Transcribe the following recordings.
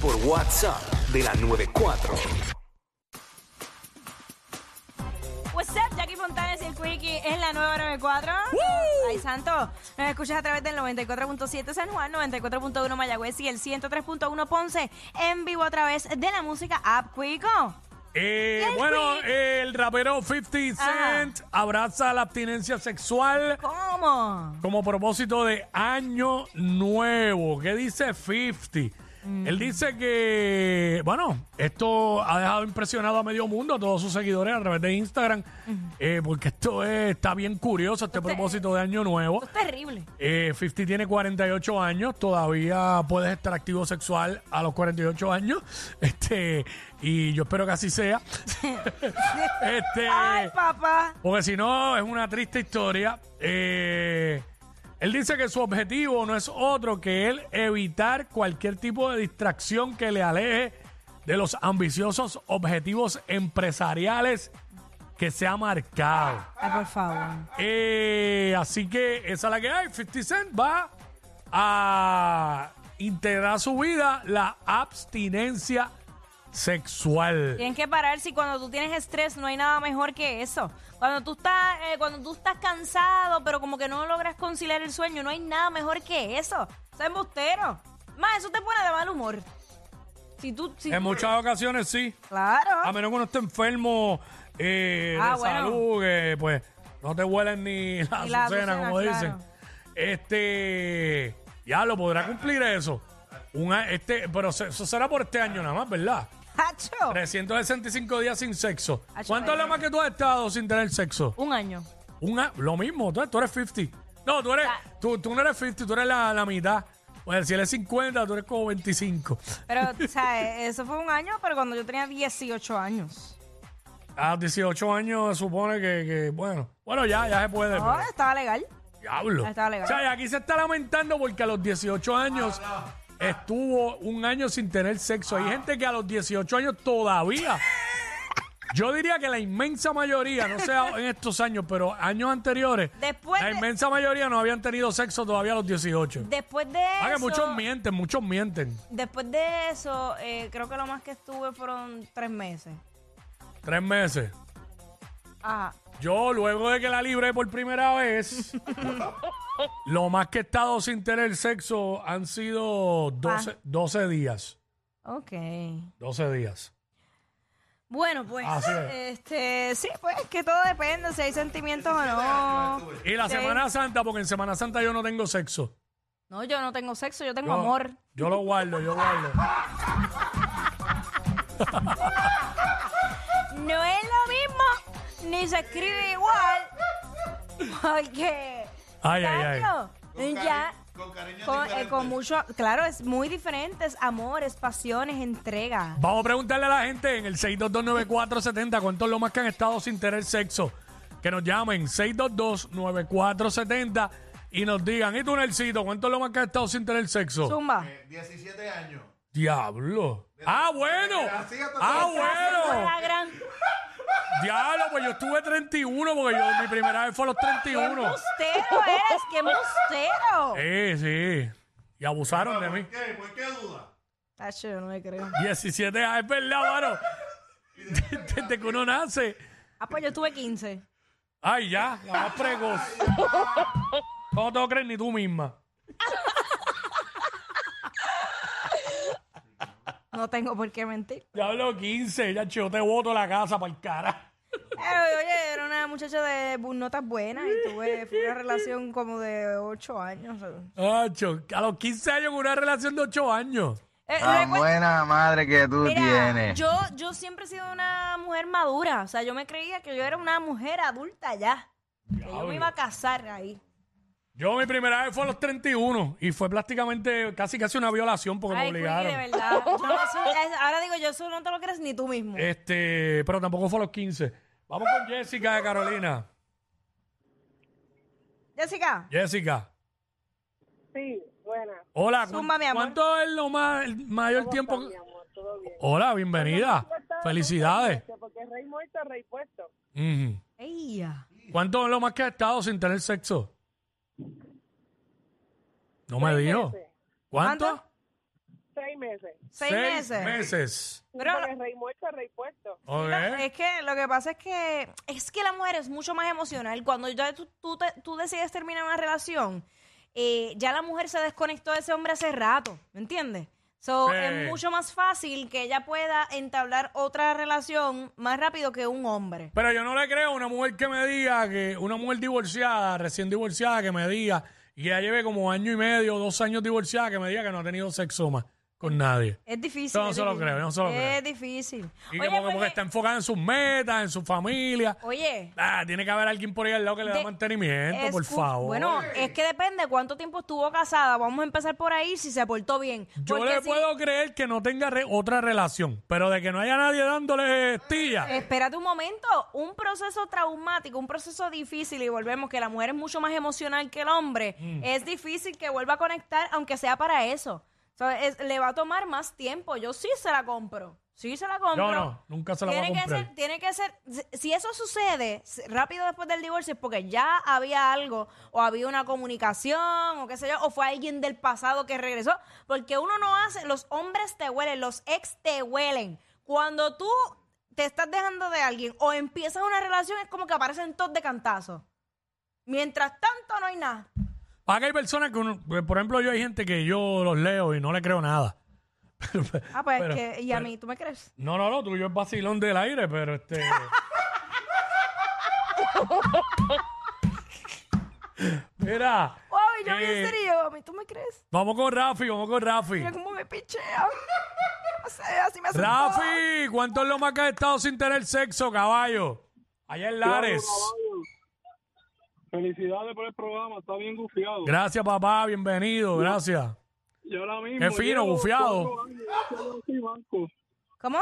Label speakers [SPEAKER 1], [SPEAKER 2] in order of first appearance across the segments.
[SPEAKER 1] por WhatsApp de la 94.
[SPEAKER 2] What's up, Jackie Fontanes y el Quickie en la 994. Ay, santo. Nos escuchas a través del 94.7 San Juan, 94.1 Mayagüez y el 103.1 Ponce. En vivo a través de la música App Quico.
[SPEAKER 3] Eh,
[SPEAKER 2] Yes,
[SPEAKER 3] bueno,
[SPEAKER 2] Queen.
[SPEAKER 3] el rapero 50 Cent abraza la abstinencia sexual
[SPEAKER 2] ¿Cómo?
[SPEAKER 3] como propósito de año nuevo. ¿Qué dice 50? Él dice que, bueno, esto ha dejado impresionado a medio mundo, a todos sus seguidores a través de Instagram, eh, porque esto es- está bien curioso, este propósito de año nuevo.
[SPEAKER 2] Esto es terrible.
[SPEAKER 3] Eh, 50 tiene 48 años, todavía puedes estar activo sexual a los 48 años. Este, y yo espero que así sea. este,
[SPEAKER 2] Ay, papá.
[SPEAKER 3] porque si no, es una triste historia. Eh, él dice que su objetivo no es otro que él evitar cualquier tipo de distracción que le aleje de los ambiciosos objetivos empresariales que se ha marcado.
[SPEAKER 2] Ay, Ah, por favor.
[SPEAKER 3] Eh, así que esa es la que hay. 50 Cent va a integrar a su vida la abstinencia sexual.
[SPEAKER 2] Tienes que parar si cuando tú tienes estrés no hay nada mejor que eso. Cuando tú estás, eh, cuando tú estás cansado, pero como que no logras conciliar el sueño, no hay nada mejor que eso. Eso es embustero. Más, eso te pone de mal humor. Si tú, si
[SPEAKER 3] En
[SPEAKER 2] tú-
[SPEAKER 3] muchas ocasiones sí. A
[SPEAKER 2] Claro.
[SPEAKER 3] menos que uno esté enfermo eh,
[SPEAKER 2] Ah,
[SPEAKER 3] de
[SPEAKER 2] bueno.
[SPEAKER 3] salud, que pues no te huelen ni la
[SPEAKER 2] Ni la
[SPEAKER 3] azucena,
[SPEAKER 2] azucena,
[SPEAKER 3] como
[SPEAKER 2] claro.
[SPEAKER 3] dicen. Este, ya lo podrá cumplir eso. Un a- este, pero se- eso será por este año nada más, ¿verdad?
[SPEAKER 2] Hacho.
[SPEAKER 3] 365 días sin sexo.
[SPEAKER 2] Ah,
[SPEAKER 3] ¿Cuánto es
[SPEAKER 2] chupa,
[SPEAKER 3] lo más que tú has estado sin tener sexo?
[SPEAKER 2] Un año.
[SPEAKER 3] Un a- lo mismo, tú, tú eres 50. No, tú, eres,
[SPEAKER 2] Ah.
[SPEAKER 3] tú, tú no eres 50, tú eres la, la mitad. Pues si él es 50, tú eres como 25.
[SPEAKER 2] Pero, o sea, eh, eso fue un año, pero cuando yo tenía 18 años.
[SPEAKER 3] A los 18 años se supone que, que, bueno, bueno, ya, ya se puede. pero-
[SPEAKER 2] No, Oh, estaba legal.
[SPEAKER 3] Diablo.
[SPEAKER 2] Ah, estaba legal.
[SPEAKER 3] O sea, y aquí se está lamentando porque a los 18 años estuvo un año sin tener sexo. Hay gente que a los 18 años todavía. Yo diría que la inmensa mayoría, no sé en estos años, pero años anteriores,
[SPEAKER 2] Después
[SPEAKER 3] la
[SPEAKER 2] de-
[SPEAKER 3] inmensa mayoría no habían tenido sexo todavía a los 18.
[SPEAKER 2] Después de
[SPEAKER 3] Ah, que
[SPEAKER 2] eso.
[SPEAKER 3] muchos mienten, muchos mienten.
[SPEAKER 2] Después de eso, eh, creo que lo más que estuve fueron tres meses. Ah,
[SPEAKER 3] Tres meses.
[SPEAKER 2] Ajá.
[SPEAKER 3] Yo, luego de que la libré por primera vez, lo más que he estado sin tener sexo han sido 12, 12 días.
[SPEAKER 2] Ok.
[SPEAKER 3] 12 días.
[SPEAKER 2] Bueno, pues,
[SPEAKER 3] Así es.
[SPEAKER 2] este, sí, pues que todo depende si hay sentimientos o no.
[SPEAKER 3] Y la
[SPEAKER 2] Sí.
[SPEAKER 3] Semana Santa, porque en Semana Santa yo no tengo sexo.
[SPEAKER 2] No, yo no tengo sexo, yo tengo
[SPEAKER 3] Yo-
[SPEAKER 2] amor.
[SPEAKER 3] Yo lo guardo, yo guardo.
[SPEAKER 2] No es lo mismo, ni se escribe igual, porque
[SPEAKER 3] Ay, ay, ay.
[SPEAKER 2] Carlos, ya con, eh, con mucho, claro, es muy diferente, es amor, es pasiones, entrega.
[SPEAKER 3] Vamos a preguntarle a la gente en el 6229470 cuánto es lo más que han estado sin tener sexo. Que nos llamen 6229470 y nos digan, ¿y tú, Nercito, cuánto es lo más que has estado sin tener sexo?
[SPEAKER 2] Zumba.
[SPEAKER 4] 17 años.
[SPEAKER 3] Diablo. Ah, bueno.
[SPEAKER 4] así hasta
[SPEAKER 3] Ah,
[SPEAKER 2] Fue
[SPEAKER 3] bueno.
[SPEAKER 2] la gran-
[SPEAKER 3] Diablo, pues yo estuve 31 porque yo mi primera vez fue a los
[SPEAKER 2] ¡Qué
[SPEAKER 3] 31.
[SPEAKER 2] embustero eres! ¡Qué embustero!
[SPEAKER 3] Sí, sí. Y abusaron de mí.
[SPEAKER 4] ¿Por qué? ¿Por qué duda?
[SPEAKER 2] Tacho, yo no me creo.
[SPEAKER 3] 17 años, es verdad, mano. Desde que uno nace.
[SPEAKER 2] Ah, pues yo tuve 15.
[SPEAKER 3] Ay, ya, la más precoz. No te lo crees ni tú misma.
[SPEAKER 2] No tengo por qué mentir.
[SPEAKER 3] Diablo 15, ya che, yo te voto la casa para el cara.
[SPEAKER 2] Eh, oye, era una muchacha de bu- notas buenas y tuve fue una relación como de 8 años. Eh,
[SPEAKER 3] Acho, a los 15 años con una relación de 8 años.
[SPEAKER 5] La
[SPEAKER 2] recu-
[SPEAKER 5] Ah, buena madre que tú
[SPEAKER 2] Eh, Mira,
[SPEAKER 5] tienes.
[SPEAKER 2] yo, yo siempre he sido una mujer madura. O sea, yo me creía que yo era una mujer adulta ya. Que yo
[SPEAKER 3] Diablo.
[SPEAKER 2] me iba a casar ahí.
[SPEAKER 3] Yo mi primera vez fue a los 31 y fue prácticamente casi casi una violación porque
[SPEAKER 2] Ay,
[SPEAKER 3] me
[SPEAKER 2] Quickie,
[SPEAKER 3] obligaron.
[SPEAKER 2] de verdad. Yo no- eso- es- ahora digo, yo eso no te lo crees ni tú mismo.
[SPEAKER 3] Este, pero tampoco fue a los 15. Vamos con Jessica de Carolina.
[SPEAKER 2] Jessica,
[SPEAKER 3] Jessica.
[SPEAKER 6] Sí, buena.
[SPEAKER 3] Hola, ¿cu-
[SPEAKER 2] Zumba, mi amor.
[SPEAKER 3] ¿cuánto es lo más, el mayor tiempo?
[SPEAKER 6] Mi amor, todo bien.
[SPEAKER 3] Hola, bienvenida. Felicidades.
[SPEAKER 6] Porque rey muerto, rey puesto.
[SPEAKER 3] Ujú.
[SPEAKER 2] ella.
[SPEAKER 3] ¿Cuánto es lo más que has estado sin tener sexo? No me dijo.
[SPEAKER 6] meses.
[SPEAKER 3] ¿Cuánto?
[SPEAKER 2] ¿Cuánto?
[SPEAKER 6] Seis meses.
[SPEAKER 2] Seis meses.
[SPEAKER 3] meses.
[SPEAKER 2] Pero-
[SPEAKER 6] Porque rey muerto, rey puesto.
[SPEAKER 2] No,
[SPEAKER 3] Ok.
[SPEAKER 2] es que lo que pasa es que es que la mujer es mucho más emocional. Cuando ya tú, tú te- tú decides terminar una relación, eh, ya la mujer se desconectó de ese hombre hace rato, ¿me entiendes? So,
[SPEAKER 3] Sí.
[SPEAKER 2] Es mucho más fácil que ella pueda entablar otra relación más rápido que un hombre.
[SPEAKER 3] Pero yo no le creo a una mujer que me diga que una mujer divorciada, recién divorciada, que me diga y que ya lleve como año y medio, dos años divorciada, que me diga que no ha tenido sexo más con nadie.
[SPEAKER 2] Es difícil.
[SPEAKER 3] Yo no
[SPEAKER 2] es
[SPEAKER 3] se lo
[SPEAKER 2] difícil.
[SPEAKER 3] creo, yo no se lo
[SPEAKER 2] es
[SPEAKER 3] creo.
[SPEAKER 2] difícil.
[SPEAKER 3] Y
[SPEAKER 2] Oye, pues
[SPEAKER 3] que porque, porque
[SPEAKER 2] porque-
[SPEAKER 3] está enfocada en sus metas, en su familia.
[SPEAKER 2] oye,
[SPEAKER 3] Ah, tiene que haber alguien por ahí al lado que le da
[SPEAKER 2] De-
[SPEAKER 3] mantenimiento, por
[SPEAKER 2] Escu-
[SPEAKER 3] favor.
[SPEAKER 2] Bueno, es que depende cuánto tiempo estuvo casada. Vamos a empezar por ahí si se portó bien.
[SPEAKER 3] yo
[SPEAKER 2] Porque
[SPEAKER 3] le
[SPEAKER 2] si-
[SPEAKER 3] puedo creer que no tenga re- otra relación, pero de que no haya nadie dándole tía.
[SPEAKER 2] Espérate un momento, un proceso traumático, un proceso difícil y volvemos que la mujer es mucho más emocional que el hombre, es difícil que vuelva a conectar aunque sea para eso. O sea, es- le va a tomar más tiempo, yo sí se la compro, sí se la compro.
[SPEAKER 3] No, no, nunca se la va a
[SPEAKER 2] tiene que
[SPEAKER 3] comprar.
[SPEAKER 2] ser, tiene que ser, si- si eso sucede s- rápido después del divorcio es porque ya había algo o había una comunicación o qué sé yo, o fue alguien del pasado que regresó, porque uno no hace, los hombres te huelen, los ex te huelen. Cuando tú te estás dejando de alguien o empiezas una relación es como que aparecen todos de cantazo. Mientras tanto no hay nada.
[SPEAKER 3] Acá hay personas que, uno- pues, por ejemplo, yo hay gente que yo los leo y no le creo nada. Pero-
[SPEAKER 2] Ah, pues
[SPEAKER 3] pero-
[SPEAKER 2] que, y a mí, ¿tú me crees?
[SPEAKER 3] No, no, no, tuyo es vacilón del aire, pero este. Mira.
[SPEAKER 2] Ay, yo bien
[SPEAKER 3] eh,
[SPEAKER 2] serio, a mí, ¿tú me crees?
[SPEAKER 3] Vamos con Rafi, vamos con Rafi.
[SPEAKER 2] Mira cómo me pichea. No sé, así me hace
[SPEAKER 3] Rafi, ¿cuánto es lo más que has estado sin tener sexo, caballo? Allá en Lares.
[SPEAKER 5] Felicidades por el programa, está bien gufiado.
[SPEAKER 3] Gracias, papá, bienvenido, gracias.
[SPEAKER 5] Yo ahora mismo.
[SPEAKER 3] Qué fino,
[SPEAKER 5] llevo
[SPEAKER 3] gufiado.
[SPEAKER 5] cuatro años, gracias a Dios, no soy manco.
[SPEAKER 2] ¿Cómo?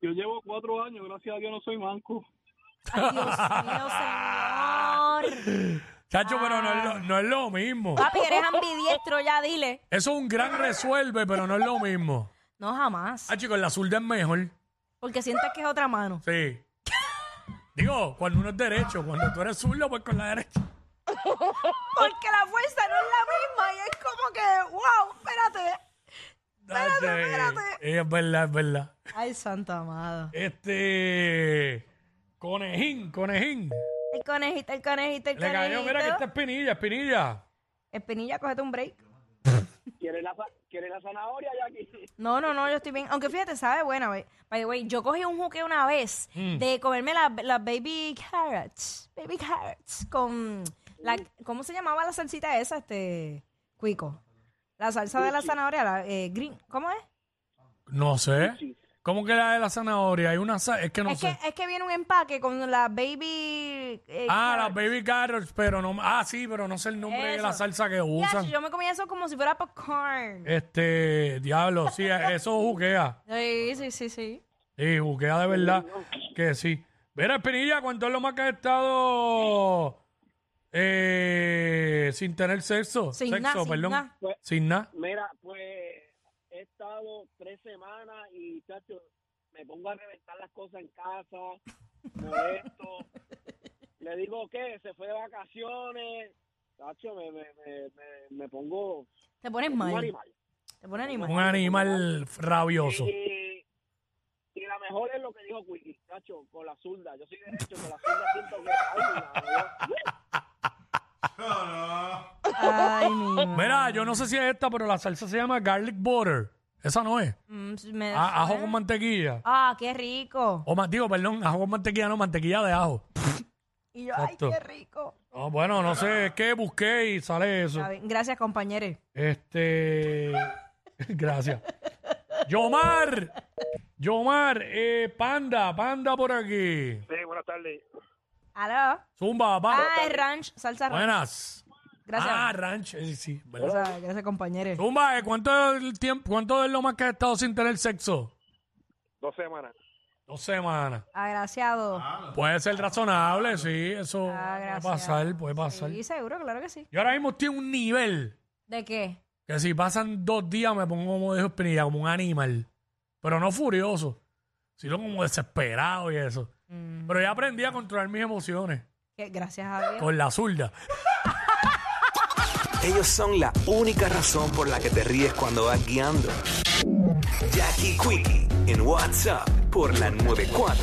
[SPEAKER 5] Yo llevo cuatro años, gracias a Dios no soy manco.
[SPEAKER 2] Ay, Dios mío, señor.
[SPEAKER 3] Chacho, pero no es, lo, no es lo mismo.
[SPEAKER 2] Papi, eres ambidiestro, ya dile.
[SPEAKER 3] Eso es un gran resuelve, pero no es lo mismo.
[SPEAKER 2] No, jamás.
[SPEAKER 3] Ah, chicos, la zurda es mejor.
[SPEAKER 2] Porque sientes que es otra mano.
[SPEAKER 3] Sí. Digo, cuando uno es derecho, cuando tú eres zurdo, pues con la derecha.
[SPEAKER 2] Porque la fuerza no es la misma y es como que, wow, espérate. Espérate, espérate.
[SPEAKER 3] Eh, Es verdad, es verdad.
[SPEAKER 2] Ay, santa amada.
[SPEAKER 3] Este. Conejín, conejín.
[SPEAKER 2] El conejito, el conejito, el
[SPEAKER 3] Le cayó, mira que
[SPEAKER 2] conejito.
[SPEAKER 3] está espinilla, espinilla.
[SPEAKER 2] Espinilla, cógete un break.
[SPEAKER 5] ¿Quieres la, ¿Quieres la zanahoria, Jackie?
[SPEAKER 2] No, no, no, yo estoy bien. Aunque fíjate, sabe buena, güey. By the way, yo cogí un juque una vez
[SPEAKER 3] Mm.
[SPEAKER 2] de comerme las las baby carrots. Baby carrots. Con la. ¿Cómo se llamaba la salsita esa, este? Cuico. La salsa de la zanahoria, la eh, green. ¿Cómo es?
[SPEAKER 3] No sé. ¿Cómo que la de la zanahoria? Hay una sa- Es que no
[SPEAKER 2] es,
[SPEAKER 3] sé.
[SPEAKER 2] que, eh, es que viene un empaque con la baby. eh,
[SPEAKER 3] ah, las
[SPEAKER 2] carrots.
[SPEAKER 3] baby carrots, pero no. Ah, sí, pero no sé el nombre de la
[SPEAKER 2] Eso.
[SPEAKER 3] salsa que
[SPEAKER 2] Ya,
[SPEAKER 3] usan.
[SPEAKER 2] Yo me comí eso como si fuera popcorn.
[SPEAKER 3] Este, diablo, sí, eso juquea.
[SPEAKER 2] Sí, sí, sí, sí.
[SPEAKER 3] Sí, juquea de verdad que sí. Mira, Espinilla, ¿cuánto es lo más que has estado eh, sin tener sexo?
[SPEAKER 2] Sin
[SPEAKER 3] sexo,
[SPEAKER 2] nada, sin
[SPEAKER 3] perdón.
[SPEAKER 2] nada.
[SPEAKER 3] Sin nada.
[SPEAKER 5] Mira, pues he estado tres semanas y, chacho, me pongo a reventar las cosas en casa, molesto. Le digo, ¿qué? Se fue de vacaciones. Chacho, me, me, me, me, me pongo
[SPEAKER 2] Te pones
[SPEAKER 5] un
[SPEAKER 2] mal.
[SPEAKER 5] animal.
[SPEAKER 2] Te pones
[SPEAKER 3] Un
[SPEAKER 2] animal.
[SPEAKER 3] animal rabioso.
[SPEAKER 5] Y, y la mejor es lo que dijo Quickie, chacho, con la zurda. Yo soy derecho, con la zurda siento que... Ay, la verdad.
[SPEAKER 4] No, no.
[SPEAKER 2] Ay, mi.
[SPEAKER 3] Mira, yo no sé si es esta, pero la salsa se llama garlic butter. Esa no es.
[SPEAKER 2] Mm, me
[SPEAKER 3] A- Ah, ajo
[SPEAKER 2] suena.
[SPEAKER 3] con mantequilla.
[SPEAKER 2] Ah, qué rico.
[SPEAKER 3] O ma- digo, perdón, ajo con mantequilla, no, mantequilla de ajo.
[SPEAKER 2] Y yo,
[SPEAKER 3] Exacto.
[SPEAKER 2] ay, qué rico.
[SPEAKER 3] No, bueno, no sé, es que busqué y sale eso.
[SPEAKER 2] Está bien. Gracias, compañeros.
[SPEAKER 3] Este. Gracias. Yomar. Yomar, eh, panda, panda por aquí.
[SPEAKER 5] Sí, buenas tardes.
[SPEAKER 2] Aló.
[SPEAKER 3] Zumba, papá.
[SPEAKER 2] Ah, el ranch, salsa ranch.
[SPEAKER 3] Buenas.
[SPEAKER 2] Gracias.
[SPEAKER 3] Ah, ranch. eh, sí, ¿verdad?
[SPEAKER 2] Gracias, gracias compañeros.
[SPEAKER 3] Zumba, eh, ¿cuánto, es el tiempo, ¿cuánto es lo más que has estado sin tener sexo?
[SPEAKER 5] Dos semanas.
[SPEAKER 3] Dos semanas.
[SPEAKER 2] Agraciado.
[SPEAKER 3] Puede ser razonable, sí, eso
[SPEAKER 2] Ah,
[SPEAKER 3] Ah, puede
[SPEAKER 2] gracias.
[SPEAKER 3] pasar, puede pasar.
[SPEAKER 2] Sí, seguro, claro que sí.
[SPEAKER 3] Yo ahora mismo estoy en un nivel
[SPEAKER 2] ¿De qué?
[SPEAKER 3] que si pasan dos días me pongo como dijo Espinilla, como un animal. Pero no furioso, sino como desesperado y eso.
[SPEAKER 2] Mm,
[SPEAKER 3] Pero ya aprendí a controlar mis emociones
[SPEAKER 2] Que Gracias a Dios.
[SPEAKER 3] con la zurda.
[SPEAKER 1] Ellos son la única razón por la que te ríes cuando vas guiando. Jackie Quickie en WhatsApp por la 94.